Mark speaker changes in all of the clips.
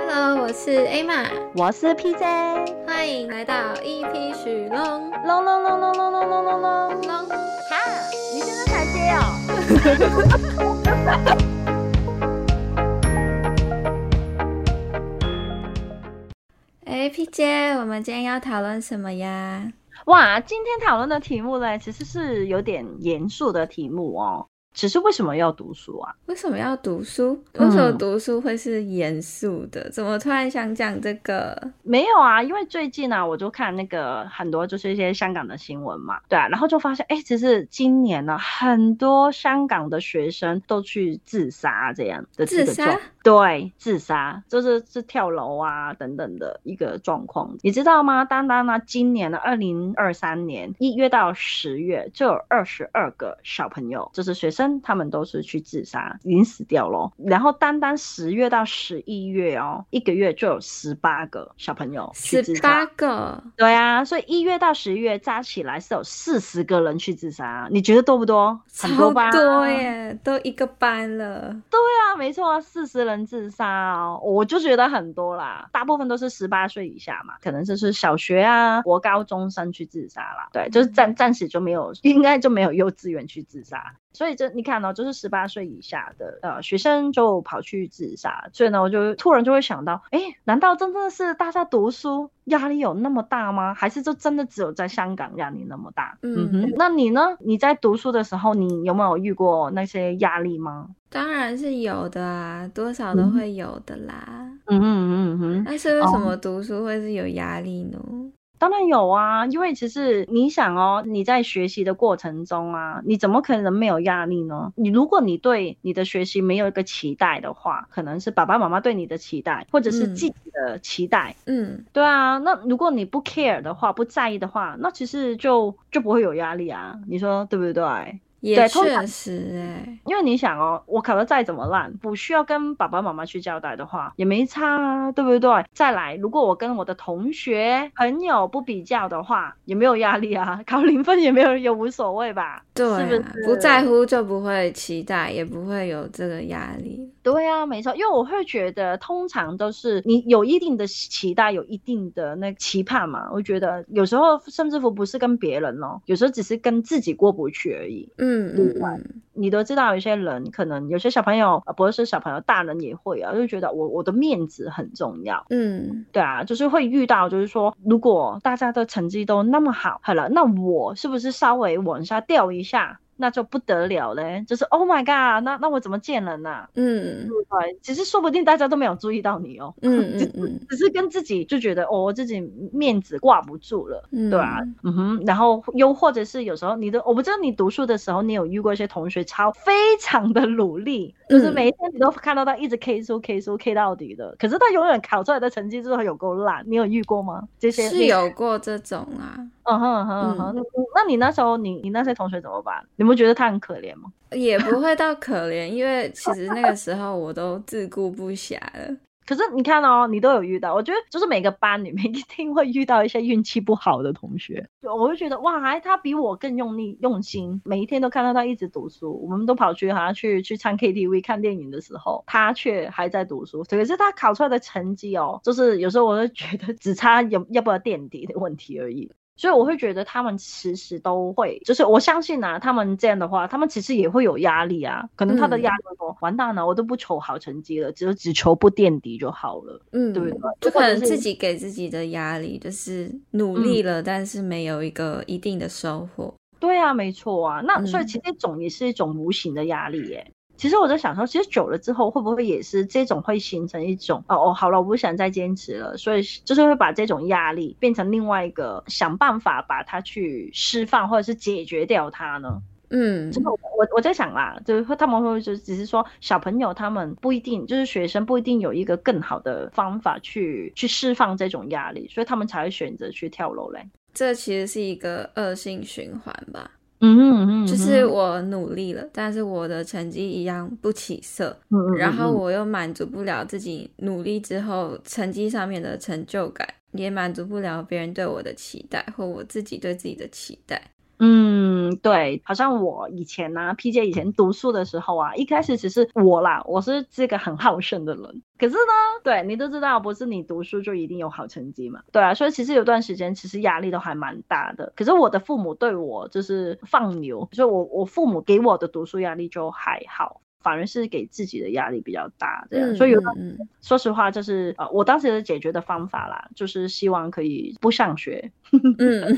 Speaker 1: Hello，我是 A 玛，
Speaker 2: 我是 PJ，
Speaker 1: 欢迎来到一批许龙
Speaker 2: 隆隆隆隆隆隆隆隆隆，
Speaker 1: 龙。
Speaker 2: 哈，你现在才接哦？
Speaker 1: 哎，P 姐，我们今天要讨论什么呀？
Speaker 2: 哇，今天讨论的题目嘞，其实是有点严肃的题目哦。只是为什么要读书啊？
Speaker 1: 为什么要读书？
Speaker 2: 嗯
Speaker 1: 为什么读书会是严肃的？怎么突然想讲这个？
Speaker 2: 没有啊，因为最近呢、啊，我就看那个很多就是一些香港的新闻嘛，对啊，然后就发现，哎，其实今年呢、很多香港的学生都去自杀这样的
Speaker 1: 自
Speaker 2: 这个
Speaker 1: 杀
Speaker 2: 状对，自杀就是是跳楼啊等等的一个状况，你知道吗？单单呢、今年的二零二三年一月到十月，就有二十二个小朋友，就是学生，他们都是去自杀，已经死掉了。然后单单十月到十一月哦，一个月就有十八个小朋友去
Speaker 1: 十
Speaker 2: 自杀
Speaker 1: 八。个，
Speaker 2: 对啊，所以一月到十一月加起来是有四十个人去自杀，啊你觉得多不多？很
Speaker 1: 超
Speaker 2: 吧？
Speaker 1: 多啊耶，都一个班了。
Speaker 2: 对啊，没错啊，四十人自杀哦，我就觉得很多啦，大部分都是十八岁以下嘛，可能就是小学啊、国高中生去自杀啦。对，就是暂暂时就没有，应该就没有幼稚园去自杀。所以这你看哦，就是十八岁以下的呃学生就跑去自杀，所以呢，我就突然就会想到，哎，难道真的是大家读书压力有那么大吗？还是就真的只有在香港压力那么大？
Speaker 1: 嗯
Speaker 2: 哼，那你呢？你在读书的时候，你有没有遇过那些压力吗？
Speaker 1: 当然是有的啊，多少都
Speaker 2: 嗯
Speaker 1: 会有的啦。
Speaker 2: 嗯嗯嗯嗯，
Speaker 1: 但是为什么读书会是有压力呢？
Speaker 2: 当然有啊，因为其实你想哦，你在学习的过程中啊，你怎么可能没有压力呢？你如果你对你的学习没有一个期待的话，可能是爸爸妈妈对你的期待，或者是
Speaker 1: 嗯
Speaker 2: 自己的期待，
Speaker 1: 嗯，
Speaker 2: 对啊。那如果你不 care 的话，不在意的话，那其实就就不会有压力啊，你说对不对？
Speaker 1: 也
Speaker 2: 对通常
Speaker 1: 确实哎、
Speaker 2: 因为你想哦，我考得再怎么烂，不需要跟爸爸妈妈去交代的话，也没差啊，对不对？再来，如果我跟我的同学、朋友不比较的话，也没有压力啊， 考零分也没有，也无所谓吧？
Speaker 1: 对啊、
Speaker 2: 是不是
Speaker 1: 不在乎就不会期待，也不会有这个压力。
Speaker 2: 对啊，没错，因为我会觉得，通常都是你有一定的期待，有一定的那期盼嘛。我觉得有时候甚至乎不是跟别人哦，有时候只是跟自己过不去而已。
Speaker 1: 嗯嗯
Speaker 2: 例外
Speaker 1: 嗯，
Speaker 2: 你都知道，有些人可能有些小朋友，呃，不是小朋友，大人也会啊，就觉得我我的面子很重要，
Speaker 1: 嗯，
Speaker 2: 对啊，就是会遇到，就是说，如果大家的成绩都那么好，好了，那我是不是稍微往下掉一下，那就不得了嘞？就是 Oh my God，那那我怎么见人呐、
Speaker 1: 嗯
Speaker 2: 对不对，其实说不定大家都没有注意到你哦，
Speaker 1: 嗯嗯嗯
Speaker 2: 只是跟自己就觉得哦，我自己面子挂不住了。
Speaker 1: 嗯，
Speaker 2: 对啊，嗯哼，然后又或者是有时候你的，我不知道你读书的时候，你有遇过一些同学超非常的努力，就是
Speaker 1: 嗯
Speaker 2: 每一天你都看到他一直 K 书 K 书 K 到底的，可是他永远考出来的成绩就是有够烂，你有遇过吗？这些
Speaker 1: 嗯是
Speaker 2: 你，
Speaker 1: 有过这种啊，
Speaker 2: 嗯哼嗯哼嗯哼，那你那时候你你那些同学怎么办？你们觉得他很可怜吗？
Speaker 1: 也不会到可怜，因为其实那个时候我都自顾不暇了。
Speaker 2: 可是你看哦，你都有遇到，我觉得就是每个班里面一定会遇到一些运气不好的同学，就我就觉得哇，还他比我更用力用心，每一天都看到他一直读书，我们都跑去好像去去唱 KTV 看电影的时候，他却还在读书，可是他考出来的成绩哦，就是有时候我就觉得只差有要不要垫底的问题而已。所以我会觉得他们其实都会，就是我相信啊，他们这样的话，他们其实也会有压力啊。可能他的
Speaker 1: 嗯
Speaker 2: 压力说、完蛋了，我都不求好成绩了，只只求不垫底就好了。
Speaker 1: 嗯，
Speaker 2: 对的
Speaker 1: 就
Speaker 2: 如果
Speaker 1: 可能
Speaker 2: 就是
Speaker 1: 自己给自己的压力，就是努
Speaker 2: 嗯
Speaker 1: 力了，但是没有一个一定的收获。
Speaker 2: 对啊，没错啊。那所以
Speaker 1: 嗯
Speaker 2: 其实这种也是一种无形的压力耶。其实我在想说，其实久了之后会不会也是这种会形成一种哦哦，好了，我不想再坚持了，所以就是会把这种压力变成另外一个想办法把它去释放或者是解决掉它呢？
Speaker 1: 嗯
Speaker 2: 这个我我我在想啦，就是会他们会不会就只是说小朋友他们不一定就是学生不一定有一个更好的方法去去释放这种压力，所以他们才会选择去跳楼嘞。
Speaker 1: 这其实是一个恶性循环吧，
Speaker 2: 嗯哼嗯哼，
Speaker 1: 就是我努力了，但是我的成绩一样不起色，
Speaker 2: 嗯嗯嗯
Speaker 1: 然后
Speaker 2: 嗯
Speaker 1: 我又满足不了自己努力之后成绩上面的成就感，也满足不了别人对我的期待或我自己对自己的期待。
Speaker 2: 嗯，嗯，对，好像我以前呐、啊、，P J 以前读书的时候啊，一开始只是我啦，我是这个很好胜的人。可是呢，对你都知道，不是你读书就一定有好成绩嘛？对啊，所以其实有段时间其实压力都还蛮大的。可是我的父母对我就是放牛，所以我我父母给我的读书压力就还好。反而是给自己的压力比较大，这样，
Speaker 1: 嗯
Speaker 2: 所以有
Speaker 1: 嗯嗯
Speaker 2: 说实话，就是呃，我当时的解决的方法啦，就是希望可以不上学，
Speaker 1: 嗯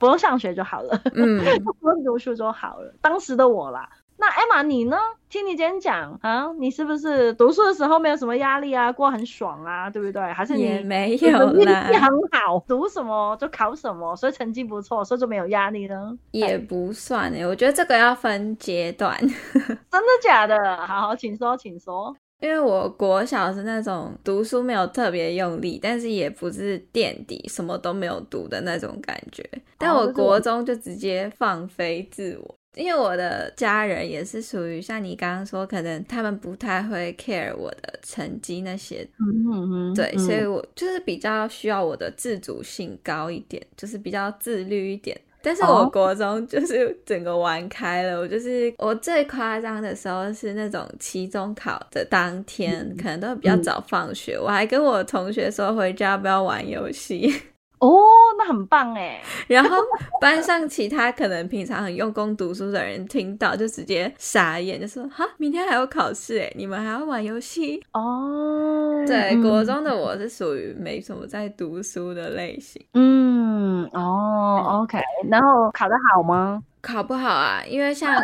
Speaker 2: 不用上 学就好了，
Speaker 1: 嗯，
Speaker 2: 不用读书就好了。当时的我啦，那艾玛你呢？听你今天讲啊，你是不是读书的时候没有什么压力啊，过得很爽啊，对不对？还是你
Speaker 1: 嗯也没
Speaker 2: 你的
Speaker 1: 有
Speaker 2: 运
Speaker 1: 啦
Speaker 2: 气，很好，读什么就考什么，所以成绩不错，所以就没有压力呢？
Speaker 1: 也不算哎，我觉得这个要分阶段，
Speaker 2: 真的假的？好好，请说，请说。
Speaker 1: 因为我国小是那种读书没有特别用力，但是也不是垫底，什么都没有读的那种感觉。但我国中哦就直接放飞自我，因为我的家人也是属于像你刚刚说，可能他们不太会 care 我的成绩那些
Speaker 2: 嗯哼哼，
Speaker 1: 对，
Speaker 2: 嗯
Speaker 1: 所以我就是比较需要我的自主性高一点，就是比较自律一点。但是我
Speaker 2: 哦
Speaker 1: 国中就是整个玩开了，我就是我最夸张的时候是那种期中考的当天，
Speaker 2: 嗯
Speaker 1: 可能都比较早放学，我还跟我同学说回家不要玩游戏，
Speaker 2: 哦，那很棒哎。
Speaker 1: 然后班上其他可能平常很用功读书的人听到就直接傻眼，就说哈，明天还有考试诶，你们还要玩游戏？
Speaker 2: 哦，
Speaker 1: 对，
Speaker 2: 嗯
Speaker 1: 国，中的我是属于没什么在读书的类型，
Speaker 2: 嗯，哦，OK，然后考得好吗？
Speaker 1: 考不好啊，因为 像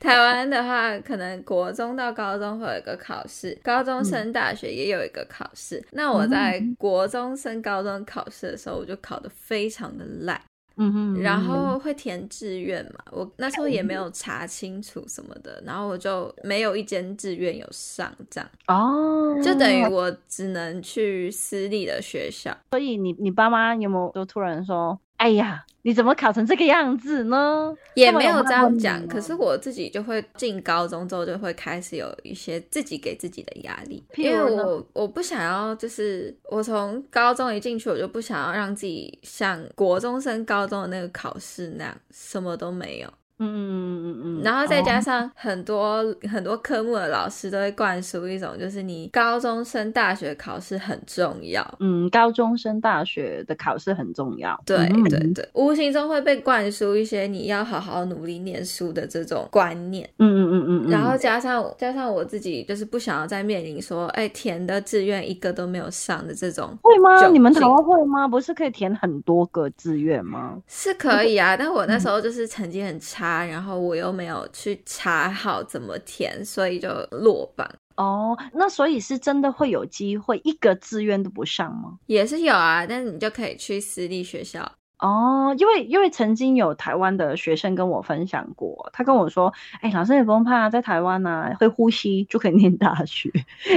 Speaker 1: 台湾的话，可能国中到高中会有一个考试，高中升大学也有一个考试。
Speaker 2: 嗯
Speaker 1: 那我在国中升高中考试的时候，我就考得非常的烂，
Speaker 2: 嗯哼，
Speaker 1: 然后会填志愿嘛，我那时候也没有查清楚什么的，然后我就没有一间志愿有上，这样
Speaker 2: 哦，
Speaker 1: 就等于我只能去私立的学校。
Speaker 2: 所以你你爸妈有没有就突然说，哎呀，你怎么考成这个样子呢？
Speaker 1: 也
Speaker 2: 他们
Speaker 1: 没有
Speaker 2: 有
Speaker 1: 这
Speaker 2: 骂过
Speaker 1: 样
Speaker 2: 你
Speaker 1: 讲，
Speaker 2: 吗
Speaker 1: 可是我自己就会进高中之后就会开始有一些自己给自己的压力，
Speaker 2: 譬
Speaker 1: 因为
Speaker 2: 如呢
Speaker 1: 我我不想要，就是我从高中一进去，我就不想要让自己像国中升高中的那个考试那样什么都没有，
Speaker 2: 嗯嗯嗯嗯嗯，
Speaker 1: 然后再加
Speaker 2: 哦
Speaker 1: 上很多、很多科目的老师都会灌输一种，就是你高中升大学考试很重要，
Speaker 2: 嗯，高中升大学的考试很重要，
Speaker 1: 对
Speaker 2: 嗯
Speaker 1: 对，对，无形中会被灌输一些你要好好努力念书的这种观念。
Speaker 2: 嗯嗯嗯嗯嗯，
Speaker 1: 然后加上加上我自己，就是不想要再面临说，哎，填的志愿一个都没有上的这种，
Speaker 2: 会吗？
Speaker 1: 窘
Speaker 2: 你们台
Speaker 1: 境
Speaker 2: 湾会吗？不是可以填很多个志愿吗？
Speaker 1: 是可以 啊。但我
Speaker 2: 嗯
Speaker 1: 那时候就是成绩很差，然后我又没有去查好怎么填，所以就落榜。
Speaker 2: 哦，那所以是真的会有机会一个志愿都不上吗？
Speaker 1: 也是有啊，但你就可以去私立学校。
Speaker 2: 哦，因为因为曾经有台湾的学生跟我分享过，他跟我说：“哎，老师你不用怕，在台湾呢、会呼吸就可以念大学。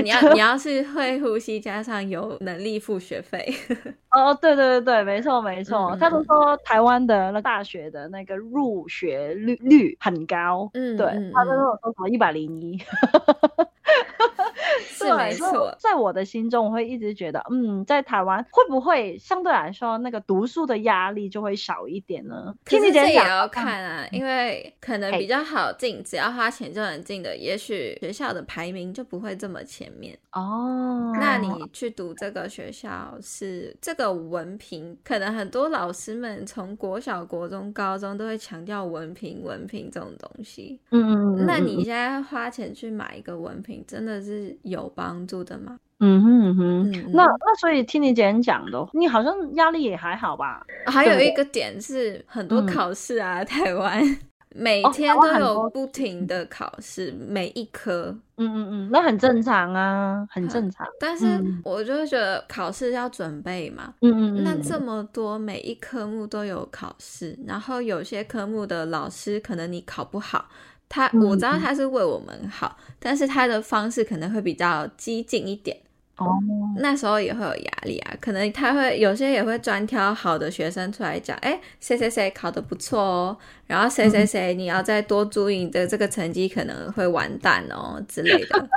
Speaker 1: 你 要你要是会呼吸，加上有能力付学费，”
Speaker 2: 哦，对对对对，没错没错，他
Speaker 1: 嗯
Speaker 2: 都
Speaker 1: 嗯
Speaker 2: 说台湾的那大学的那个入学率率很高，
Speaker 1: 嗯
Speaker 2: 对，
Speaker 1: 嗯
Speaker 2: 他都
Speaker 1: 嗯
Speaker 2: 跟我说什么一百零一，
Speaker 1: 是
Speaker 2: 对，
Speaker 1: 没
Speaker 2: 所以
Speaker 1: 错。
Speaker 2: 在我的心中，我会一直觉得，嗯，在台湾会不会相对来说那个读书的压力就会少一点呢？
Speaker 1: 可
Speaker 2: 听你
Speaker 1: 是
Speaker 2: 今
Speaker 1: 这
Speaker 2: 天
Speaker 1: 也
Speaker 2: 讲嗯哎
Speaker 1: 要看啊，因为可能
Speaker 2: 嘿
Speaker 1: 比较好进，只要花钱就能进的，也许学校的排名就不会这么前面。
Speaker 2: 哦，
Speaker 1: 那你去读这个学校是这个文凭，可能很多老师们从国小、国中、高中都会强调文凭、文凭这种东西。
Speaker 2: 嗯嗯，嗯
Speaker 1: 那
Speaker 2: 嗯
Speaker 1: 你现在花钱去买一个文凭，真的是有帮助的吗？
Speaker 2: 嗯哼嗯哼。
Speaker 1: 嗯，
Speaker 2: 那
Speaker 1: 嗯
Speaker 2: 那所以听你姐讲的，哦你好像压力也还好吧？
Speaker 1: 还有
Speaker 2: 对
Speaker 1: 一个点是，很多
Speaker 2: 嗯
Speaker 1: 考试啊， 台湾每
Speaker 2: 哦
Speaker 1: 天
Speaker 2: 台
Speaker 1: 都
Speaker 2: 湾很
Speaker 1: 有
Speaker 2: 多
Speaker 1: 不停的考试，每一科。
Speaker 2: 嗯嗯嗯，那很正常啊，很正常。
Speaker 1: 但是
Speaker 2: 嗯
Speaker 1: 我就会觉得考试要准备嘛，
Speaker 2: 嗯嗯，
Speaker 1: 那
Speaker 2: 嗯
Speaker 1: 这么多，每一科目都有考试，然后有些科目的老师可能你考不好，他
Speaker 2: 嗯
Speaker 1: 我知道他是为我们好，但是他的方式可能会比较激进一点，
Speaker 2: 哦，
Speaker 1: 那时候也会有压力啊，可能他会有些也会专挑好的学生出来讲，哎，谁谁谁考得不错哦，然后谁
Speaker 2: 嗯
Speaker 1: 谁谁你要再多注意你的这个成绩可能会完蛋哦之类的，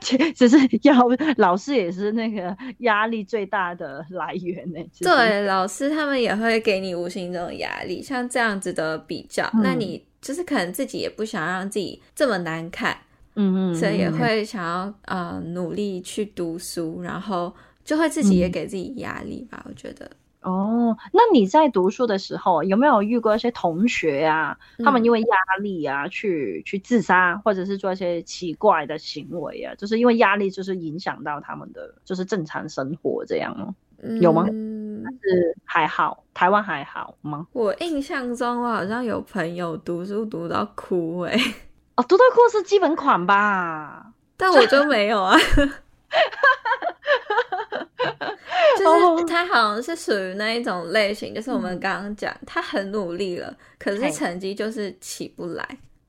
Speaker 2: 只只是 要老师也是那个压力最大的来源呢、其实
Speaker 1: 对，老师他们也会给你无形中的压力，像这样子的比较，
Speaker 2: 嗯
Speaker 1: 那你就是可能自己也不想让自己这么难看，
Speaker 2: 嗯嗯，
Speaker 1: 所以也
Speaker 2: 嗯
Speaker 1: 会想要呃努力去读书，然后就会自己
Speaker 2: 嗯
Speaker 1: 也给自己压力吧。我觉得
Speaker 2: 哦，那你在读书的时候有没有遇过一些同学啊，他们
Speaker 1: 嗯
Speaker 2: 因为压力啊，去去自杀，或者是做一些奇怪的行为啊，就是因为压力就是影响到他们的就是正常生活这样吗？有吗
Speaker 1: 嗯
Speaker 2: 是还好，台湾还好吗？
Speaker 1: 我印象中，我好像有朋友读书读到哭诶、欸
Speaker 2: 哦，读到库是基本款吧？
Speaker 1: 但我就没有啊。就是他好像是属于那一种类型，就是我们刚刚讲，他很努力了，可
Speaker 2: 嘿
Speaker 1: 是成绩就是起不来，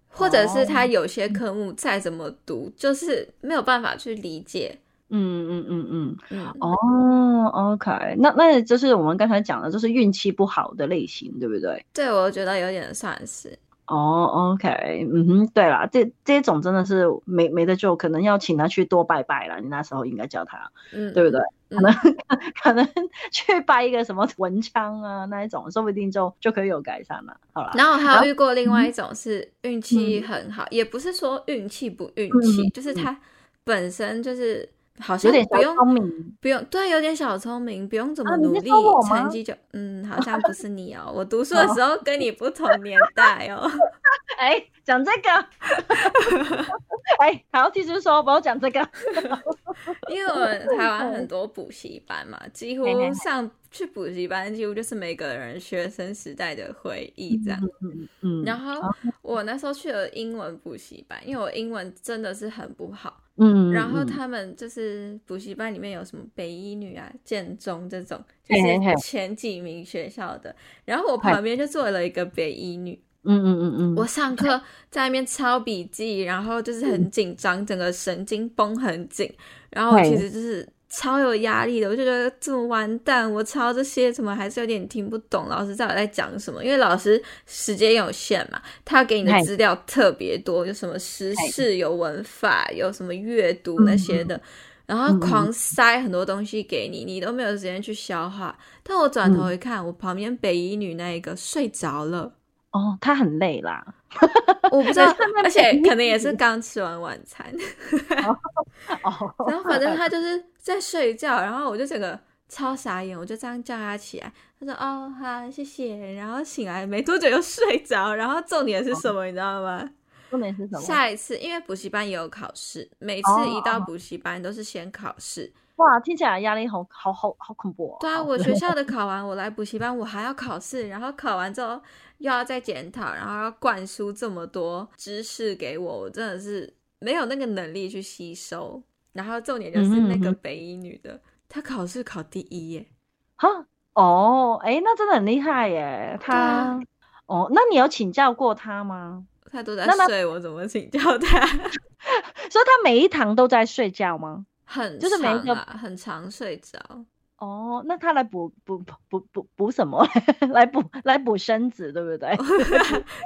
Speaker 1: 或者是他有些科目再怎么读，就是没有办法去理解。
Speaker 2: 嗯嗯嗯嗯，
Speaker 1: 嗯，
Speaker 2: 哦，OK，那那就是我们刚才讲的，就是运气不好的类型，对不对？
Speaker 1: 对我觉得有点算是。
Speaker 2: 哦，OK，嗯哼，对啦，这这种真的是没没得救，可能要请他去多拜拜了。你那时候应该叫他，
Speaker 1: 嗯，
Speaker 2: 对不对？
Speaker 1: 嗯
Speaker 2: 可能可能 去拜一个什么文昌啊那一种，说不定就就可以有改善了。好啦，
Speaker 1: 然后我还有遇过另外一种是运气很好，也不是说运气不运气，
Speaker 2: 嗯
Speaker 1: 就是他本身就是好
Speaker 2: 有
Speaker 1: 像
Speaker 2: 点
Speaker 1: 不
Speaker 2: 小
Speaker 1: 用
Speaker 2: 聪明
Speaker 1: 不用对，有点小聪明，不用怎么
Speaker 2: 啊你
Speaker 1: 努
Speaker 2: 在
Speaker 1: 力，
Speaker 2: 说我吗
Speaker 1: 成绩就嗯，好像不是你 哦。我读书的时候跟你不同年代哦。
Speaker 2: 哎，讲这个， 哎，好，继续说，不要讲这个。
Speaker 1: 因为我们台湾很多补习班嘛，几乎
Speaker 2: 嗯嘿嘿嘿
Speaker 1: 上去补习班，几乎就是每个人学生时代的回忆这样。
Speaker 2: 嗯嗯，
Speaker 1: 然后我那时候去了英文补习班，因为我英文真的是很不好。
Speaker 2: 嗯，
Speaker 1: 然后
Speaker 2: 嗯
Speaker 1: 他们就是补习班里面有什么北一女啊、建中这种，就
Speaker 2: 嘿嘿嘿
Speaker 1: 是前几名学校的。然后我旁边就坐了一个北一女，
Speaker 2: 嗯嗯嗯嗯，
Speaker 1: 我上课在那边抄笔记， 然后就是很紧张，整个神经绷很紧，然后我
Speaker 2: 对
Speaker 1: 其实就是超有压力的，我就觉得这么完蛋，我抄这些怎么还是有点听不懂老师到底在讲什么？因为老师时间有限嘛，他给你的
Speaker 2: 对
Speaker 1: 资料特别多，有什么时事、有文法、有什么阅读那些的。然后狂塞很多东西给你，你都没有时间去消化。但我转头一看，我旁边北一女那一个睡着了，
Speaker 2: 哦，他很累啦。
Speaker 1: 我不知道
Speaker 2: 每次看，到
Speaker 1: 而且
Speaker 2: 美女
Speaker 1: 可能也是刚吃完晚餐，
Speaker 2: 哦，
Speaker 1: 然后反正他就是在睡觉，然后我就整个超傻眼，我就这样叫他起来，他说哦好谢谢，然后醒来没多久又睡着，然后重点是什么你知道吗？
Speaker 2: 重点哦是什么？
Speaker 1: 下一次因为补习班也有考试，每次
Speaker 2: 哦
Speaker 1: 一到补习班都是先考试，
Speaker 2: 哇，听起来压力好好好好恐怖哦。
Speaker 1: 对啊，
Speaker 2: 好
Speaker 1: 我学校的考完，我来补习班，我还要考试，然后考完之后又要再检讨，然后要灌输这么多知识给我，我真的是没有那个能力去吸收。然后重点就是那
Speaker 2: 嗯哼
Speaker 1: 个
Speaker 2: 嗯哼
Speaker 1: 北一女的，她考试考第一耶，
Speaker 2: 哈哦，哎，那真的很厉害
Speaker 1: 啊
Speaker 2: 耶，他。哦，那你有请教过他吗？
Speaker 1: 她都在
Speaker 2: 那么
Speaker 1: 睡，我怎么请教她？
Speaker 2: 所以他每一堂都在睡觉吗？
Speaker 1: 很
Speaker 2: 就是每一
Speaker 1: 长
Speaker 2: 个
Speaker 1: 啊，很长睡着。
Speaker 2: 哦，那他来补补补补补补什么？ 来补来补身子，对不对？
Speaker 1: 哦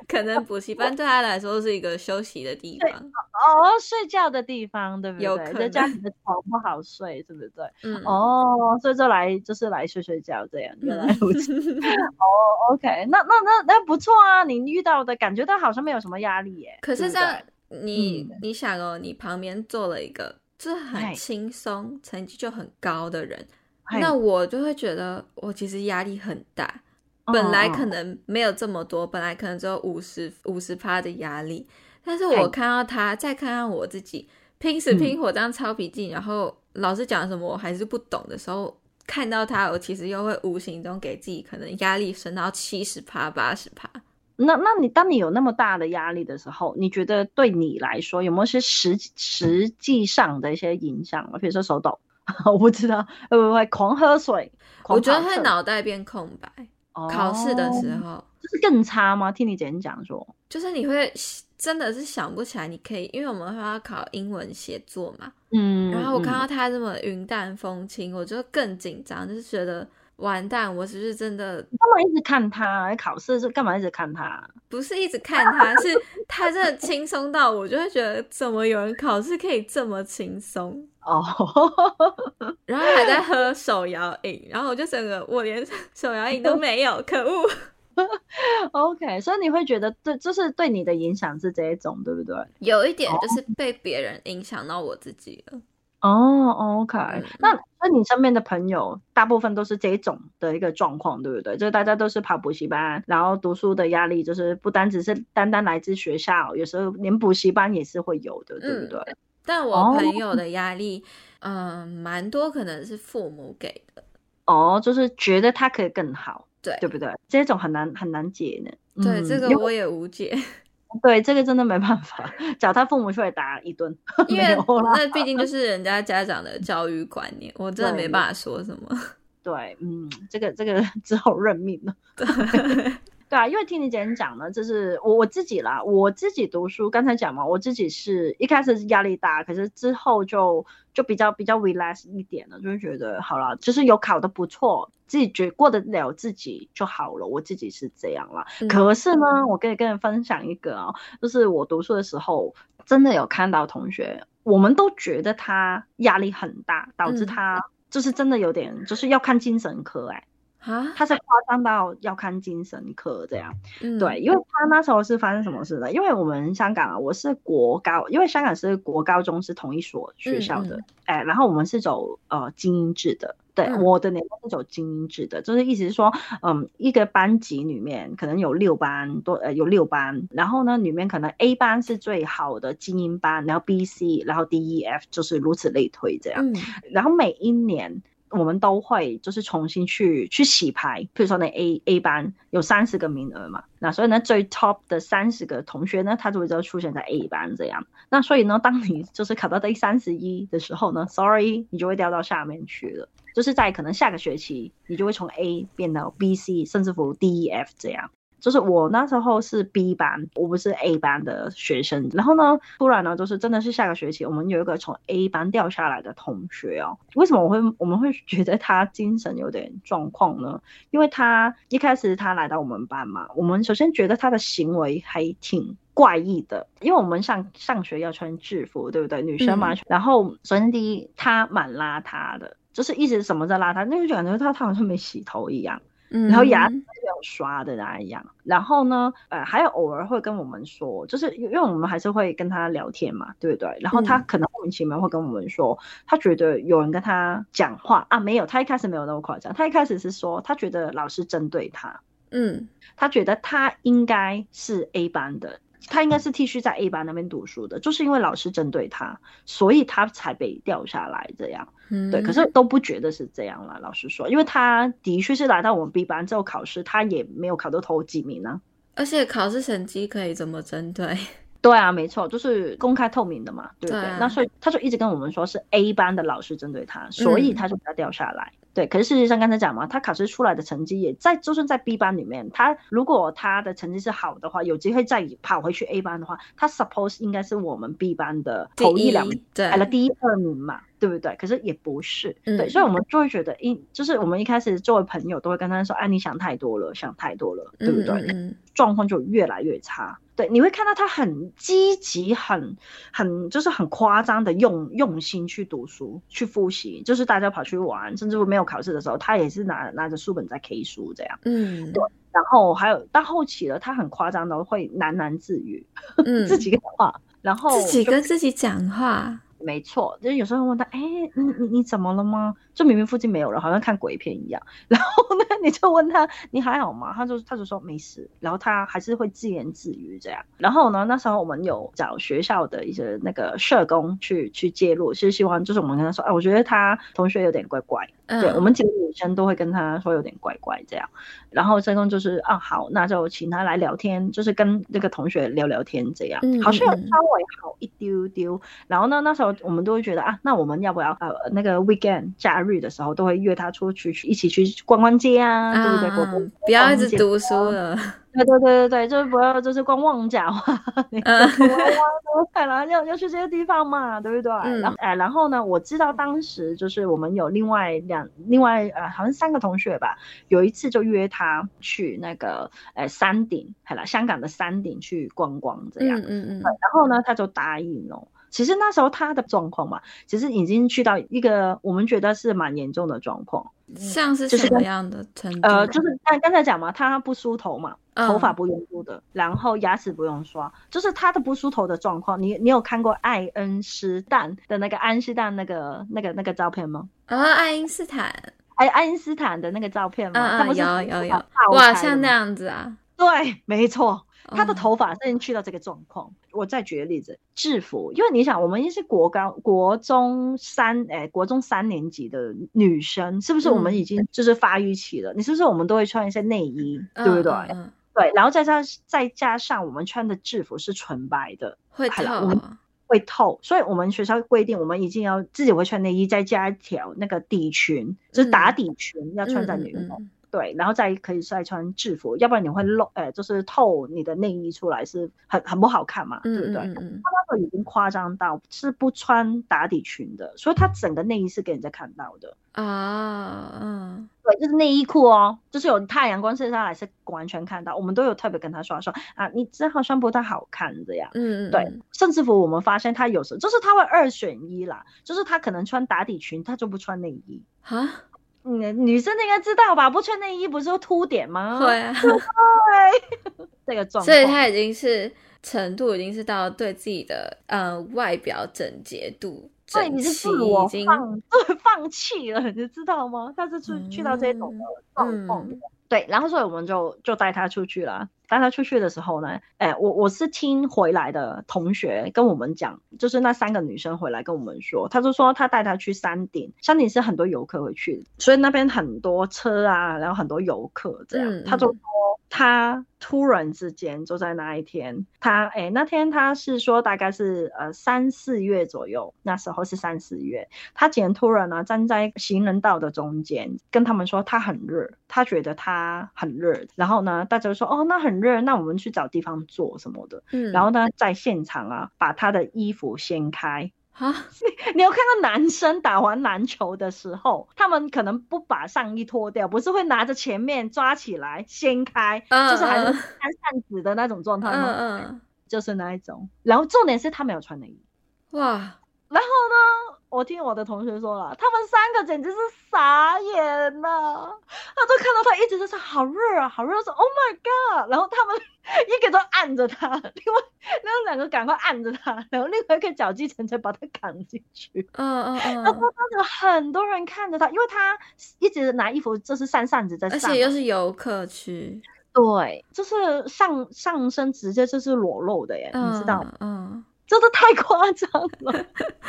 Speaker 1: 可能补习班对她来说是一个休息的地
Speaker 2: 对
Speaker 1: 方，
Speaker 2: 哦，睡觉的地方，对不
Speaker 1: 有
Speaker 2: 对？
Speaker 1: 可
Speaker 2: 在家
Speaker 1: 能
Speaker 2: 里的床不好睡，对不对？
Speaker 1: 嗯，
Speaker 2: 哦，所以就来就是来睡睡觉这样，原来如此。
Speaker 1: 嗯。
Speaker 2: 哦，OK，那那那那不错啊，你遇到的感觉到好像没有什么压力耶。
Speaker 1: 可是
Speaker 2: 对不
Speaker 1: 这
Speaker 2: 对
Speaker 1: 样，你
Speaker 2: 嗯
Speaker 1: 你想哦，你旁边坐了一个就是很
Speaker 2: 嗨
Speaker 1: 轻松、成绩就很高的人，
Speaker 2: 嗨
Speaker 1: 那我就会觉得我其实压力很大。
Speaker 2: 嗯
Speaker 1: 本来
Speaker 2: 嗯
Speaker 1: 可能没有这么多，本来可能只有五十五十趴的压力，但是
Speaker 2: 嗨嗯
Speaker 1: 我看到他，再看看我自己，拼死拼活这样抄笔记，然后老师讲什么我还是不懂的时候，看到他，我其实又会无形中给自己可能压力升到七十趴、八十趴。
Speaker 2: 那那你当你有那么大的压力的时候，你觉得对你来说有没有一些实实际上的一些影响啊？比如说手抖， 我不知道会不会狂喝水，
Speaker 1: 我
Speaker 2: 狂
Speaker 1: 觉得
Speaker 2: 跑
Speaker 1: 会
Speaker 2: 厕
Speaker 1: 脑袋变空白。
Speaker 2: 哦
Speaker 1: 考试的时候，
Speaker 2: 就是更差吗？听你姐姐讲说，
Speaker 1: 就是你会真的是想不起来，你可以，因为我们会要考英文写作嘛。
Speaker 2: 嗯
Speaker 1: 然后我看
Speaker 2: 嗯
Speaker 1: 到他这么云淡风轻，我就更紧张，就是觉得完蛋，我是不是真的
Speaker 2: 干嘛一直看他考试是干嘛一直看他？
Speaker 1: 不是一直看他， 是他真的轻松到我就会觉得，怎么有人考试可以这么轻松？
Speaker 2: 哦，
Speaker 1: 然后还在喝手摇饮，然后我就整个我连手摇饮都没有，可恶！
Speaker 2: OK，所以你会觉得对，就是对你的影响是这一种，对不对？
Speaker 1: 有一点就是被别人影响到我自己了。
Speaker 2: 哦、o k 那那你身边的朋友大部分都是这种的一个状况，对不对？就是大家都是跑补习班，然后读书的压力就是不单只是单单来自学校，有时候连补习班也是会有的，对不嗯对？
Speaker 1: 但
Speaker 2: 哦
Speaker 1: 我朋友的压力，嗯、蛮多可能是父母给的。
Speaker 2: 哦、就是觉得他可以更好，
Speaker 1: 对
Speaker 2: 对不对？这种很难很难解呢。
Speaker 1: 对，
Speaker 2: 嗯
Speaker 1: 这个
Speaker 2: 因为
Speaker 1: 我也无 解，
Speaker 2: 对这个真的没办法， 找他父母出来打一顿，
Speaker 1: 因为
Speaker 2: 没有啦
Speaker 1: 那毕竟就是人家家长的教育观念，我真的
Speaker 2: 对
Speaker 1: 没办法说什么。
Speaker 2: 对，嗯，这个这个 只好认命了。 对啊，因为听你姐你讲呢，就是我我自己啦，我自己读书，刚才讲嘛，我自己是一开始是压力大，可是之后就就比较比较 relax 一点了，就是觉得好了，就是有考的不错，自己觉过得了自己就好了，我自己是这样啦。
Speaker 1: 嗯
Speaker 2: 可是呢，我可以跟你分享一个哦，就是我读书的时候，真的有看到同学，我们都觉得他压力很大，导
Speaker 1: 嗯
Speaker 2: 致他就是真的有点就是要看精神科、哎，
Speaker 1: 啊，
Speaker 2: 他是夸张到要看精神科这样。
Speaker 1: 嗯，
Speaker 2: 对，因为他那时候是发生什么事呢？因为我们香港啊，我是国高，因为香港是国高中是同一所学校的，
Speaker 1: 嗯
Speaker 2: 哎，然后我们是走呃精英制的。对，
Speaker 1: 嗯
Speaker 2: 我的年代是走精英制的，就是意思是说，嗯，一个班级里面可能有六班多，呃，有六班，然后呢，里面可能 A 班是最好的精英班，然后 B、C，然后 D、E、F，就是如此类推这样。
Speaker 1: 嗯
Speaker 2: 然后每一年我们都会就是重新去去洗牌，比如说你 A A 班有三十个名额嘛，那所以呢最 top 的三十个同学呢，他就会就出现在 A 班这样。那所以呢，当你就是考到第三十一的时候呢，sorry，你就会掉到下面去了。就是在可能下个学期，你就会从 A 变到 B、C，甚至乎 D、E、F 这样。就是我那时候是 B 班，我不是 A 班的学生。然后呢，突然呢，就是真的是下个学期，我们有一个从 A 班掉下来的同学哦。为什么我会我们会觉得他精神有点状况呢？因为他一开始他来到我们班嘛，我们首先觉得他的行为还挺。怪异的，因为我们上上学要穿制服，对不对？女生嘛，
Speaker 1: 嗯
Speaker 2: 然后首先第一，他蛮邋遢的，就是一直什么在邋遢，那就感觉他他好像没洗头一样。
Speaker 1: 嗯，
Speaker 2: 然后牙齿是有刷的那样。然后呢，呃，还有偶尔会跟我们说，就是因为我们还是会跟他聊天嘛，对不对？然后他
Speaker 1: 嗯
Speaker 2: 可能莫名其妙会跟我们说，他觉得有人跟他讲话啊，没有，他一开始没有那么夸张，他一开始是说他觉得老师针对他，
Speaker 1: 嗯
Speaker 2: 他觉得他应该是 A 班的。他应该是 T 恤在 A 班那边读书的，就是因为老师针对他，所以他才被调下来这样。
Speaker 1: 嗯，
Speaker 2: 对，可是都不觉得是这样啦。老实说，因为他的确是来到我们 B 班之后考试，他也没有考到头几名啊。
Speaker 1: 而且考试成绩可以怎么针对？
Speaker 2: 对啊，没错，就是公开透明的嘛，对不对？
Speaker 1: 对啊
Speaker 2: 那所以他就一直跟我们说是 A 班的老师针对他，所
Speaker 1: 嗯
Speaker 2: 以他就把他掉下来。对，可是事实上刚才讲嘛，他考试出来的成绩也在，就算在 B 班里面，他如果他的成绩是好的话，有机会再跑回去 A 班的话，他 suppose 应该是我们 B 班的 头
Speaker 1: 第
Speaker 2: 一两名。
Speaker 1: 对
Speaker 2: 排，了第一二名嘛，对不对？可是也不是，对，
Speaker 1: 嗯
Speaker 2: 所以我们就会觉得一，就是我们一开始作为朋友都会跟他说，哎、啊，你想太多了，想太多了，对不对？
Speaker 1: 嗯嗯
Speaker 2: 状况就越来越差。对，你会看到他很积极、很很就是很夸张的用用心去读书、去复习，就是大家跑去玩，甚至乎没有考试的时候，他也是拿拿着书本在 K 书这样。
Speaker 1: 嗯，
Speaker 2: 然后还有到后期了，他很夸张的会喃喃自语，
Speaker 1: 嗯
Speaker 2: 自己跟话，然后
Speaker 1: 自己
Speaker 2: 就
Speaker 1: 跟自己讲话，
Speaker 2: 没错，就是有时候会问他，哎、你你你怎么了吗？就明明附近没有人，好像看鬼片一样。 然后呢，你就问他，你还好吗？他就他就说没事。然后他还是会自言自语这样。然后呢，那时候我们有找学校的一些那个社工去去介入，是希望就是我们跟他说，哎、我觉得他同学有点怪怪。
Speaker 1: 嗯，
Speaker 2: 对我们几个女生都会跟他说有点怪怪这样，然后社工就是啊好，那就请他来聊天，就是跟那个同学聊聊天这样，
Speaker 1: 嗯
Speaker 2: 好像有
Speaker 1: 嗯嗯
Speaker 2: 稍微好一丢丢。然后呢，那时候我们都会觉得啊，那我们要不要呃那个 weekend 假日的时候都会约他出去去一起去逛逛街啊，对不对？
Speaker 1: 啊
Speaker 2: 逛逛
Speaker 1: 不要一直
Speaker 2: 街
Speaker 1: 读书了，
Speaker 2: 对对对对对对，就是不要就是光旺角啊，那个
Speaker 1: 嗯
Speaker 2: 哇哇哇然后要要去这些地方嘛，对不对？
Speaker 1: 嗯
Speaker 2: 然后哎，然后呢，我知道当时就是我们有另外两另外呃好像三个同学吧，有一次就约他去那个呃山顶，好了，香港的山顶去逛逛这样。
Speaker 1: 嗯嗯嗯，
Speaker 2: 然后呢，他就答应了。其实那时候他的状况嘛，其实已经去到一个我们觉得是蛮严重的状况，
Speaker 1: 像是
Speaker 2: 嗯就是
Speaker 1: 什么
Speaker 2: 跟
Speaker 1: 样的程度？
Speaker 2: 呃，就是刚刚才讲嘛，他不梳头嘛，
Speaker 1: 嗯
Speaker 2: 头发不用梳的，然后牙齿不用刷，就是他的不梳头的状况。你你有看过爱恩斯坦的那个爱因斯坦那个那个那个照片吗？
Speaker 1: 啊，爱因斯坦，
Speaker 2: 爱爱因斯坦的那个照片吗？
Speaker 1: 嗯
Speaker 2: 他不
Speaker 1: 嗯，
Speaker 2: 是
Speaker 1: 有有有
Speaker 2: 头发爆，
Speaker 1: 哇，
Speaker 2: 开了
Speaker 1: 像
Speaker 2: 吗
Speaker 1: 那样子啊，
Speaker 2: 对，没错，他的
Speaker 1: 哦
Speaker 2: 头发甚至去到这个状况。我再举个例子，制服，因为你想，我们是国高、国中三，哎，国中三年级的女生，是不是我
Speaker 1: 嗯
Speaker 2: 们已经就是发育期了？你是不是我们都会穿一些内衣，
Speaker 1: 嗯
Speaker 2: 对不对？
Speaker 1: 嗯嗯
Speaker 2: 对，然后再加再加上我们穿的制服是纯白的，
Speaker 1: 会
Speaker 2: 好
Speaker 1: 透
Speaker 2: 了
Speaker 1: 啊、
Speaker 2: 我们会透，所以我们学校规定，我们一定要自己会穿内衣，再加一条那个底裙，就是打
Speaker 1: 嗯
Speaker 2: 底裙，要穿在
Speaker 1: 嗯
Speaker 2: 女
Speaker 1: 嗯
Speaker 2: 生。
Speaker 1: 嗯
Speaker 2: 对，然后再可以再穿制服，要不然你会露，呃，就是透你的内衣出来是很很不好看嘛，对不
Speaker 1: 嗯
Speaker 2: 对？
Speaker 1: 嗯嗯
Speaker 2: 他那时候已经夸张到是不穿打底裙的，所以他整个内衣是给人家看到的。
Speaker 1: 嗯啊，嗯
Speaker 2: 对，就是内衣裤哦，就是有太阳光射下来是完全看到。我们都有特别跟他说说啊，你这好像不太好看这样。
Speaker 1: 嗯，嗯
Speaker 2: 对，甚至乎我们发现他有时就是他会二选一啦，就是他可能穿打底裙，他就不穿内衣。
Speaker 1: 啊，
Speaker 2: 嗯，女生应该知道吧？不穿内衣不是会凸点吗？
Speaker 1: 会啊，
Speaker 2: 这个状况。
Speaker 1: 所以他已经是程度已经是到对自己的呃外表整洁度
Speaker 2: 对，
Speaker 1: 整
Speaker 2: 你是
Speaker 1: 齐
Speaker 2: 自我
Speaker 1: 已经嗯
Speaker 2: 放 对放弃了，你知道吗？他是去、去到这种的状况的，
Speaker 1: 嗯
Speaker 2: 对，然后所以我们就就带他出去了。带他出去的时候呢，哎，我我是听回来的同学跟我们讲，就是那三个女生回来跟我们说，他就说他带他去山顶，山顶是很多游客会去的，所以那边很多车啊，然后很多游客这样，
Speaker 1: 嗯
Speaker 2: 他就
Speaker 1: 嗯
Speaker 2: 说他突然之间就在那一天，他哎、那天他是说大概是呃三四月左右，那时候是三四月，他竟然突然呢站在行人道的中间，跟他们说他很热，他觉得他很热，然后呢大家就说哦那很热，那我们去找地方坐什么的，
Speaker 1: 嗯，
Speaker 2: 然后呢在现场啊把他的衣服掀开，
Speaker 1: 啊，
Speaker 2: 你有看过男生打完篮球的时候，他们可能不把上衣脱掉，不是会拿着前面抓起来掀开，
Speaker 1: 嗯
Speaker 2: 就是还是
Speaker 1: 嗯
Speaker 2: 扇扇子的那种状态
Speaker 1: 嗯
Speaker 2: 吗？
Speaker 1: 嗯，
Speaker 2: 就是那一种。然后重点是他没有穿内衣。
Speaker 1: 哇，
Speaker 2: 然后呢，我听我的同学说了，他们三个简直是傻眼呐、他就看到他一直就是好热啊，好热，说 Oh my god！然后他们一个都按着他，另外 另外两个赶快按着他，然后另外一个脚计程车把他扛进去。
Speaker 1: 嗯嗯
Speaker 2: 然后
Speaker 1: 嗯，
Speaker 2: 当时很多人看着他，因为他一直拿衣服就是扇扇子在
Speaker 1: 而
Speaker 2: 扇嘛，
Speaker 1: 且又是游客区，
Speaker 2: 对，就是上上身直接就是裸露的耶，你知道吗？
Speaker 1: 嗯嗯
Speaker 2: 真的太夸张了。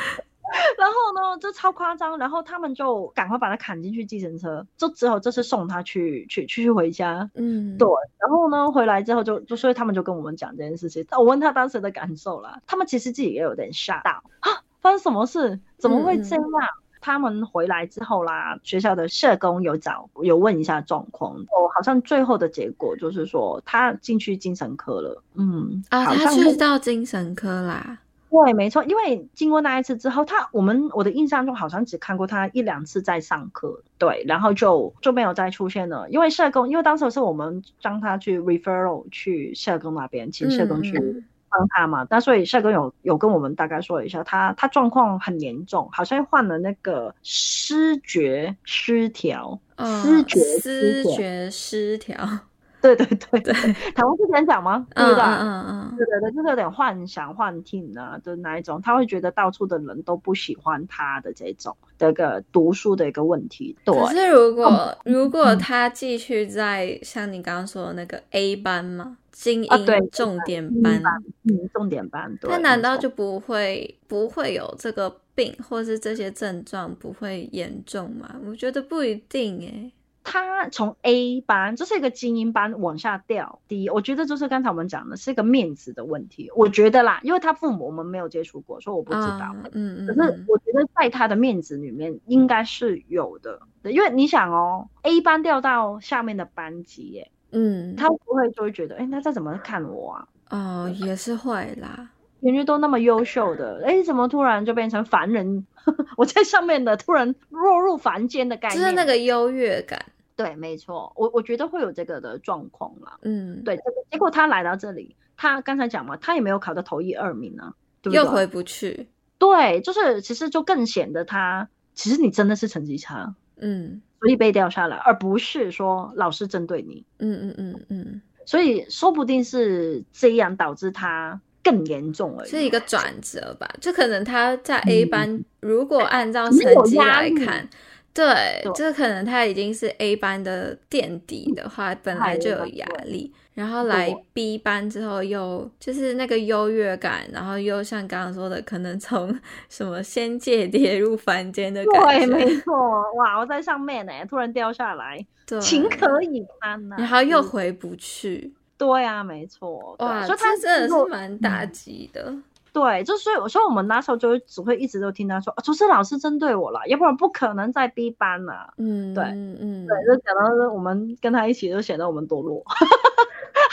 Speaker 2: 然后呢，这超夸张，然后他们就赶快把他砍进去计程车，就只有这次送他去去去去回家。
Speaker 1: 嗯，
Speaker 2: 对然后呢，回来之后就就所以他们就跟我们讲这件事情。我问他当时的感受啦，他们其实自己也有点吓到啊，发生什么事？怎么会这
Speaker 1: 嗯
Speaker 2: 样？他们回来之后啦，学校的社工有找有问一下状况，哦，好像最后的结果就是说他进去精神科了。嗯，
Speaker 1: 啊，
Speaker 2: 好
Speaker 1: 他
Speaker 2: 像
Speaker 1: 去到精神科啦，
Speaker 2: 对，没错，因为经过那一次之后，他我们我的印象中好像只看过他一两次在上课，对，然后就就没有再出现了。因为社工，因为当时是我们让他去 referral 去社工那边，请社工
Speaker 1: 嗯
Speaker 2: 去
Speaker 1: 嗯
Speaker 2: 帮他嘛。那所以社工有有跟我们大概说一下，他他状况很严重，好像患了那个失觉失调，
Speaker 1: 嗯
Speaker 2: 思觉
Speaker 1: 思
Speaker 2: 失调。
Speaker 1: 觉失调，
Speaker 2: 对对对，
Speaker 1: 对，
Speaker 2: 台湾是这样讲吗？对
Speaker 1: 嗯
Speaker 2: 不对？
Speaker 1: 嗯嗯
Speaker 2: 对对对，就是有点幻想幻听啊的那一种，他会觉得到处的人都不喜欢他的这种的一个读书的一个问题。对，
Speaker 1: 可是如果如果
Speaker 2: 嗯
Speaker 1: 他继续在像你刚刚说的那个 A 班嘛，精
Speaker 2: 啊对
Speaker 1: 英重点
Speaker 2: 嗯
Speaker 1: 班，
Speaker 2: 嗯，重点班，对，
Speaker 1: 他难道
Speaker 2: 没错
Speaker 1: 就不会不会有这个病，或是这些症状不会严重吗？我觉得不一定欸诶、
Speaker 2: 他从 A 班就是一个精英班往下掉？第一，我觉得就是刚才我们讲的是一个面子的问题，我觉得啦，因为他父母我们没有接触过，所以我不知道
Speaker 1: 啊。，嗯嗯
Speaker 2: 可是
Speaker 1: 嗯，
Speaker 2: 我觉得在他的面子里面应该是有的，对因为你想哦，A 班调到下面的班级耶，
Speaker 1: 嗯，
Speaker 2: 他会不会就会觉得，哎、他他怎么看我啊？
Speaker 1: 哦也是会啦，
Speaker 2: 明明都那么优秀的，哎，怎么突然就变成凡人？ 我在上面的突然落入凡间的概
Speaker 1: 就
Speaker 2: 念，
Speaker 1: 是那个优越感。
Speaker 2: 对，没错，我我觉得会有这个的状况啦。
Speaker 1: 嗯，
Speaker 2: 对，这个结果他来到这里，他刚才讲嘛，他也没有考到头一二名啊，对不对？
Speaker 1: 又回不去。
Speaker 2: 对，就是其实就更显得他，其实你真的是成绩差，
Speaker 1: 嗯
Speaker 2: 所以被调下来，而不是说老师针对你。
Speaker 1: 嗯嗯嗯嗯，
Speaker 2: 所以说不定是这样导致他更严重而已。
Speaker 1: 是一个转折吧？就可能他在 A
Speaker 2: 嗯
Speaker 1: 班，如果按照
Speaker 2: 没有
Speaker 1: 成绩
Speaker 2: 压
Speaker 1: 来
Speaker 2: 力
Speaker 1: 看，对
Speaker 2: 对，嗯
Speaker 1: 这可能他已经是 A 班的垫底的话，本来就有压力，然后来
Speaker 2: 对
Speaker 1: B 班之后又就是那个优越感，然后又像刚刚说的，可能从 什么仙界 跌入凡间的
Speaker 2: 对，
Speaker 1: 感觉，
Speaker 2: 没错，哇，我在上面呢、突然掉下来，
Speaker 1: 对，
Speaker 2: 情可以堪呐、
Speaker 1: 然后又
Speaker 2: 嗯
Speaker 1: 回不去，
Speaker 2: 对啊，没错，对
Speaker 1: 哇，
Speaker 2: 所
Speaker 1: 这
Speaker 2: 以他
Speaker 1: 真的
Speaker 2: 如果
Speaker 1: 是蛮打击的，
Speaker 2: 对，就所以我说我们那时候就会只会一直都听他说，啊就是老师针对我了，要不然不可能在 B 班了、
Speaker 1: 嗯，
Speaker 2: 对
Speaker 1: 嗯嗯，
Speaker 2: 对，就讲到我们跟他一起，就显得我们堕落，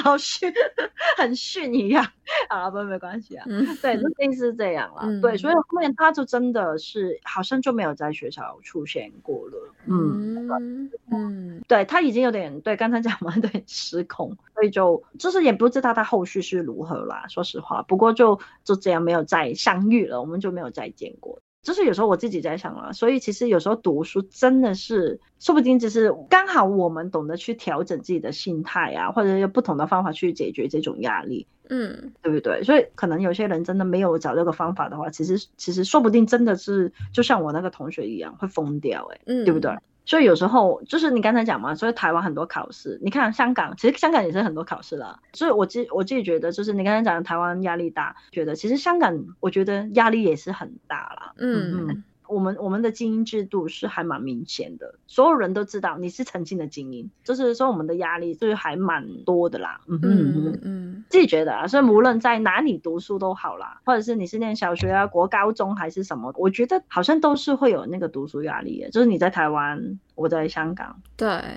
Speaker 2: 好逊， 很逊一样啊，不没关系啊。
Speaker 1: 嗯，
Speaker 2: 对，就类似这样啦。
Speaker 1: 嗯
Speaker 2: 对，所以后面他就真的是好像就没有在学校出现过了。嗯，
Speaker 1: 嗯嗯
Speaker 2: 对他已经有点对刚才讲嘛，有点失控，所以就就是也不知道他后续是如何啦。说实话，不过就就这样没有再相遇了，我们就没有再见过。就是有时候我自己在想啦，所以其实有时候读书真的是，说不定只是刚好我们懂得去调整自己的心态啊，或者用不同的方法去解决这种压力。
Speaker 1: 嗯
Speaker 2: 对不对？所以可能有些人真的没有找这个方法的话，其实其实说不定真的是就像我那个同学一样会疯掉、欸，
Speaker 1: 嗯，
Speaker 2: 对不对？？所以有时候就是你刚才讲嘛，所以台湾很多考试，你看香港，其实香港也是很多考试啦。所以我自我自己觉得，就是你刚才讲的台湾压力大，觉得其实香港我觉得压力也是很大啦。嗯
Speaker 1: 嗯
Speaker 2: 我们我们的精英制度是还蛮明显的，所有人都知道你是曾经的精英，就是说我们的压力就是还蛮多的啦。嗯哼嗯哼
Speaker 1: 嗯嗯
Speaker 2: 自己觉得啊，所以无论在哪里读书都好啦，或者是你是念小学啊、国高中还是什么，我觉得好像都是会有那个读书压力的，就是你在台湾，我在香港，嗯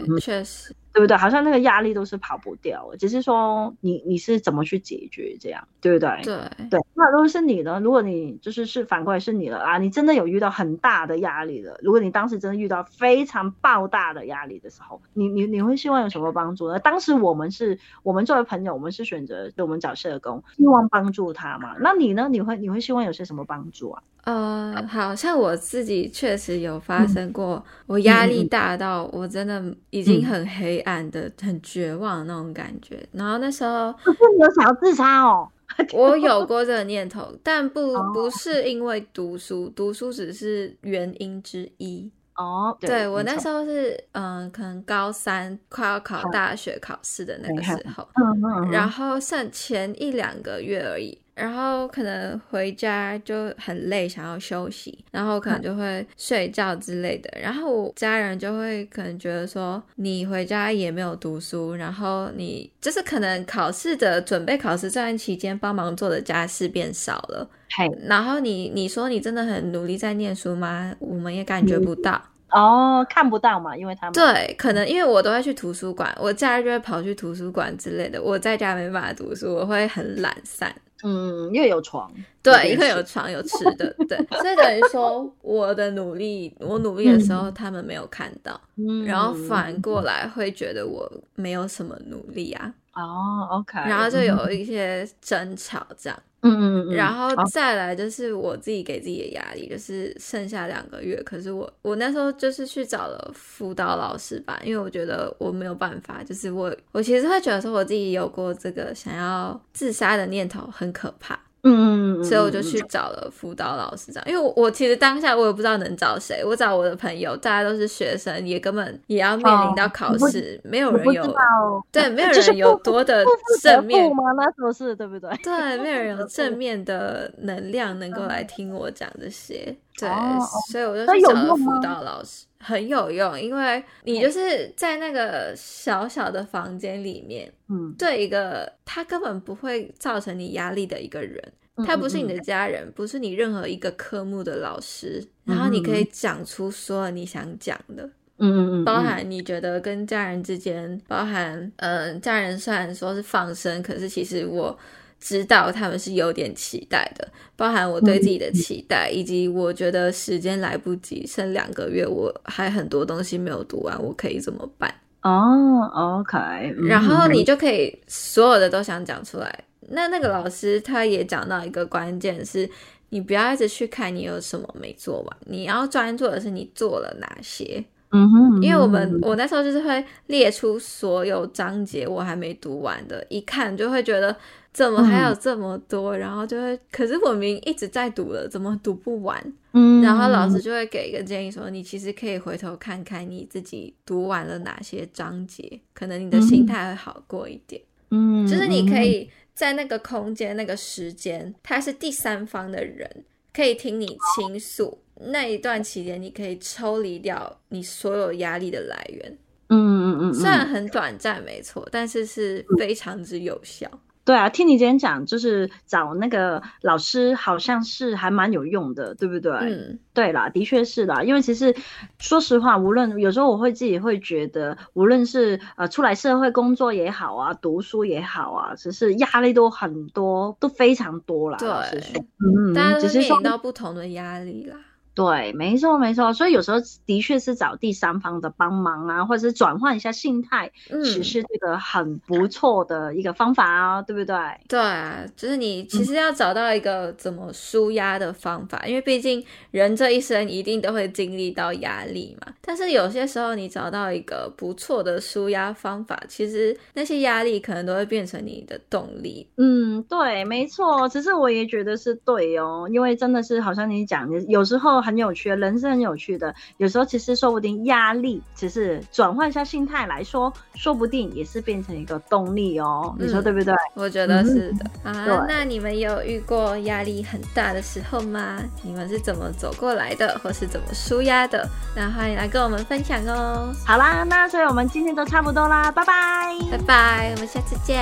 Speaker 1: 对，确实，
Speaker 2: 对不对？好像那个压力都是跑不掉的，只是说你你是怎么去解决这样，对不对？
Speaker 1: 对，
Speaker 2: 对，那如果是你呢？如果你就是是反过来是你了啊，你真的有遇到很大的压力了。如果你当时真的遇到非常爆大的压力的时候，你你你会希望有什么帮助呢？当时我们是，我们作为朋友，我们是选择我们找社工，希望帮助他嘛。那你呢？你会你会希望有些什么帮助啊？
Speaker 1: 呃，好像我自己确实有发
Speaker 2: 嗯
Speaker 1: 生过，我压力大到我真的已经很黑暗的、很绝望的那种感觉。然后那时 候
Speaker 2: 可是你有想要自杀哦？
Speaker 1: 我有过这个念头，但不
Speaker 2: 哦
Speaker 1: 不是因为读书，读书只是原因之一。
Speaker 2: 哦，
Speaker 1: 对我那时
Speaker 2: 候，
Speaker 1: 候是，嗯、可能高三快要考
Speaker 2: 好
Speaker 1: 大学考试的那个
Speaker 2: 厉害
Speaker 1: 时候，
Speaker 2: 嗯嗯，
Speaker 1: 然
Speaker 2: 然后
Speaker 1: 后剩前一两个月而已，然后可能回家就很累，想要休息，然后
Speaker 2: 嗯
Speaker 1: 可能就会睡觉之类的。然后我家人就会可能觉得说，你回家也没有读书，然后你就是可能考试的准备考试这段期间帮忙做的家事变少了，
Speaker 2: 嘿，
Speaker 1: 然后你你说你真的很努力在念书吗？我们也感觉不到。
Speaker 2: 哦，看不到嘛，因为他们，
Speaker 1: 对，可能因为我都会去图书馆，我假日就会跑去图书馆之类的。我在家没办法读书，我会很懒散。
Speaker 2: 嗯，因为有床，这
Speaker 1: 对，
Speaker 2: 件
Speaker 1: 因为
Speaker 2: 事
Speaker 1: 有床有吃的， 对，所以等于说我的努力，我努力的时候他们没有看到，
Speaker 2: 嗯
Speaker 1: 然后反过来会觉得我没有什么努力啊，
Speaker 2: 哦，OK，
Speaker 1: 然后就
Speaker 2: 嗯
Speaker 1: 有一些争吵这样，
Speaker 2: 嗯嗯嗯，
Speaker 1: 然后
Speaker 2: 好
Speaker 1: 再来就是我自己给自己的压力，就是剩下两个月，可是我我那时候就是去找了辅导老师吧，因为我觉得我没有办法，就是我我其实会觉得说我自己有过这个想要自杀的念头，很可怕。
Speaker 2: 嗯嗯嗯，
Speaker 1: 所以我就
Speaker 2: 嗯
Speaker 1: 去找了辅导老师，这样，因为我我其实当下我也不知道能找谁，我找我的朋友，大家都是学生，也根本也要面临到考试，没有
Speaker 2: 我哦不
Speaker 1: 人
Speaker 2: 知
Speaker 1: 有
Speaker 2: 道，
Speaker 1: 对，没有
Speaker 2: 就是
Speaker 1: 人有
Speaker 2: 不
Speaker 1: 多的
Speaker 2: 不负责
Speaker 1: 正面
Speaker 2: 付，吗？那时候是对不对？
Speaker 1: 对，没有人有正
Speaker 2: 不
Speaker 1: 面的能量能够来听我讲这些，对
Speaker 2: 哦哦，
Speaker 1: 所以我就
Speaker 2: 那
Speaker 1: 去
Speaker 2: 有
Speaker 1: 找了
Speaker 2: 用吗嗯
Speaker 1: 辅导老师，很有用，因为你就是在那个小小的房间里面，
Speaker 2: 嗯，
Speaker 1: 对一个他根本不会造成你压力的一个人。
Speaker 2: 嗯
Speaker 1: 他不是你，的
Speaker 2: 嗯
Speaker 1: 家人，不是你任何一个科目的老师，
Speaker 2: 嗯
Speaker 1: 然后你可以讲出所有你想讲的。
Speaker 2: 嗯嗯嗯，
Speaker 1: 包含你觉得跟家人之间，包含嗯、呃家人虽然说是放生，可是其实我知道他们是有点期待的，包含我对自己
Speaker 2: 嗯
Speaker 1: 的期待，以及我觉得时间来不及，剩两个月我还很多东西没有读完，我可以怎么办？
Speaker 2: 哦，OK，嗯
Speaker 1: 然后
Speaker 2: 嗯
Speaker 1: 你就可以所有的都想讲出来。那那个老师他也讲到一个关键是，你不要一直去看你有什么没做完，你要专注的是你做了哪些。
Speaker 2: 嗯哼，
Speaker 1: 因为我们
Speaker 2: 嗯
Speaker 1: 我那时候就是会列出所有章节我还没读完的，一看就会觉得怎么
Speaker 2: 嗯
Speaker 1: 还有这么多，然后就会，可是我明明一直在读了，怎么读不完？
Speaker 2: 嗯，
Speaker 1: 然后老师就会给一个建议说，你其实可以回头看看你自己读完了哪些章节，可能你的
Speaker 2: 嗯
Speaker 1: 心态会好过一点。
Speaker 2: 嗯，嗯，
Speaker 1: 就是你可以在那个空间、那个时间，他是第三方的人，可以听你倾诉。那一段期间，你可以抽离掉你所有压力的来源，
Speaker 2: 嗯，嗯嗯嗯，嗯
Speaker 1: 虽然很短暂，没错，但是是非常之有效。
Speaker 2: 对啊，听你今天讲，就是找那个老师，好像是还蛮有用的，对不对？
Speaker 1: 嗯，
Speaker 2: 对啦，的确是啦，因为其实说实话，无论有时候我会自己会觉得，无论是呃出来社会工作也好啊，读书也好啊，只是压力都很多，都非常多啦。
Speaker 1: 对
Speaker 2: 老实说，嗯，
Speaker 1: 大家都
Speaker 2: 只
Speaker 1: 会
Speaker 2: 是
Speaker 1: 面
Speaker 2: 说
Speaker 1: 临到不同的压力啦。
Speaker 2: 对，没错没错，所以有时候的确是找第三方的帮忙啊，或者是转换一下心态，
Speaker 1: 嗯，
Speaker 2: 其实是这个很不错的一个方法啊，对不对？
Speaker 1: 对啊，就是你其实要找到一个怎么舒压的方法，因为毕竟人这一生一定都会经历到压力嘛。但是有些时候你找到一个不错的舒压方法，其实那些压力可能都会变成你的动力。
Speaker 2: 嗯，对，没错。其实我也觉得是对哦，因为真的是好像你讲的，有时候很有趣，人是很有趣的。有时候其实说不定压力，只是转换一下心态来说，说不定也是变成一个动力哦。你说
Speaker 1: 嗯
Speaker 2: 对不对？
Speaker 1: 我觉得是的、啊
Speaker 2: 对。
Speaker 1: 那你们有遇过压力很大的时候吗？你们是怎么走过来的，或是怎么舒压的？那欢迎来跟我们分享哦。
Speaker 2: 好啦，那所以我们今天都差不多啦，拜拜。
Speaker 1: 拜拜，我们下次见。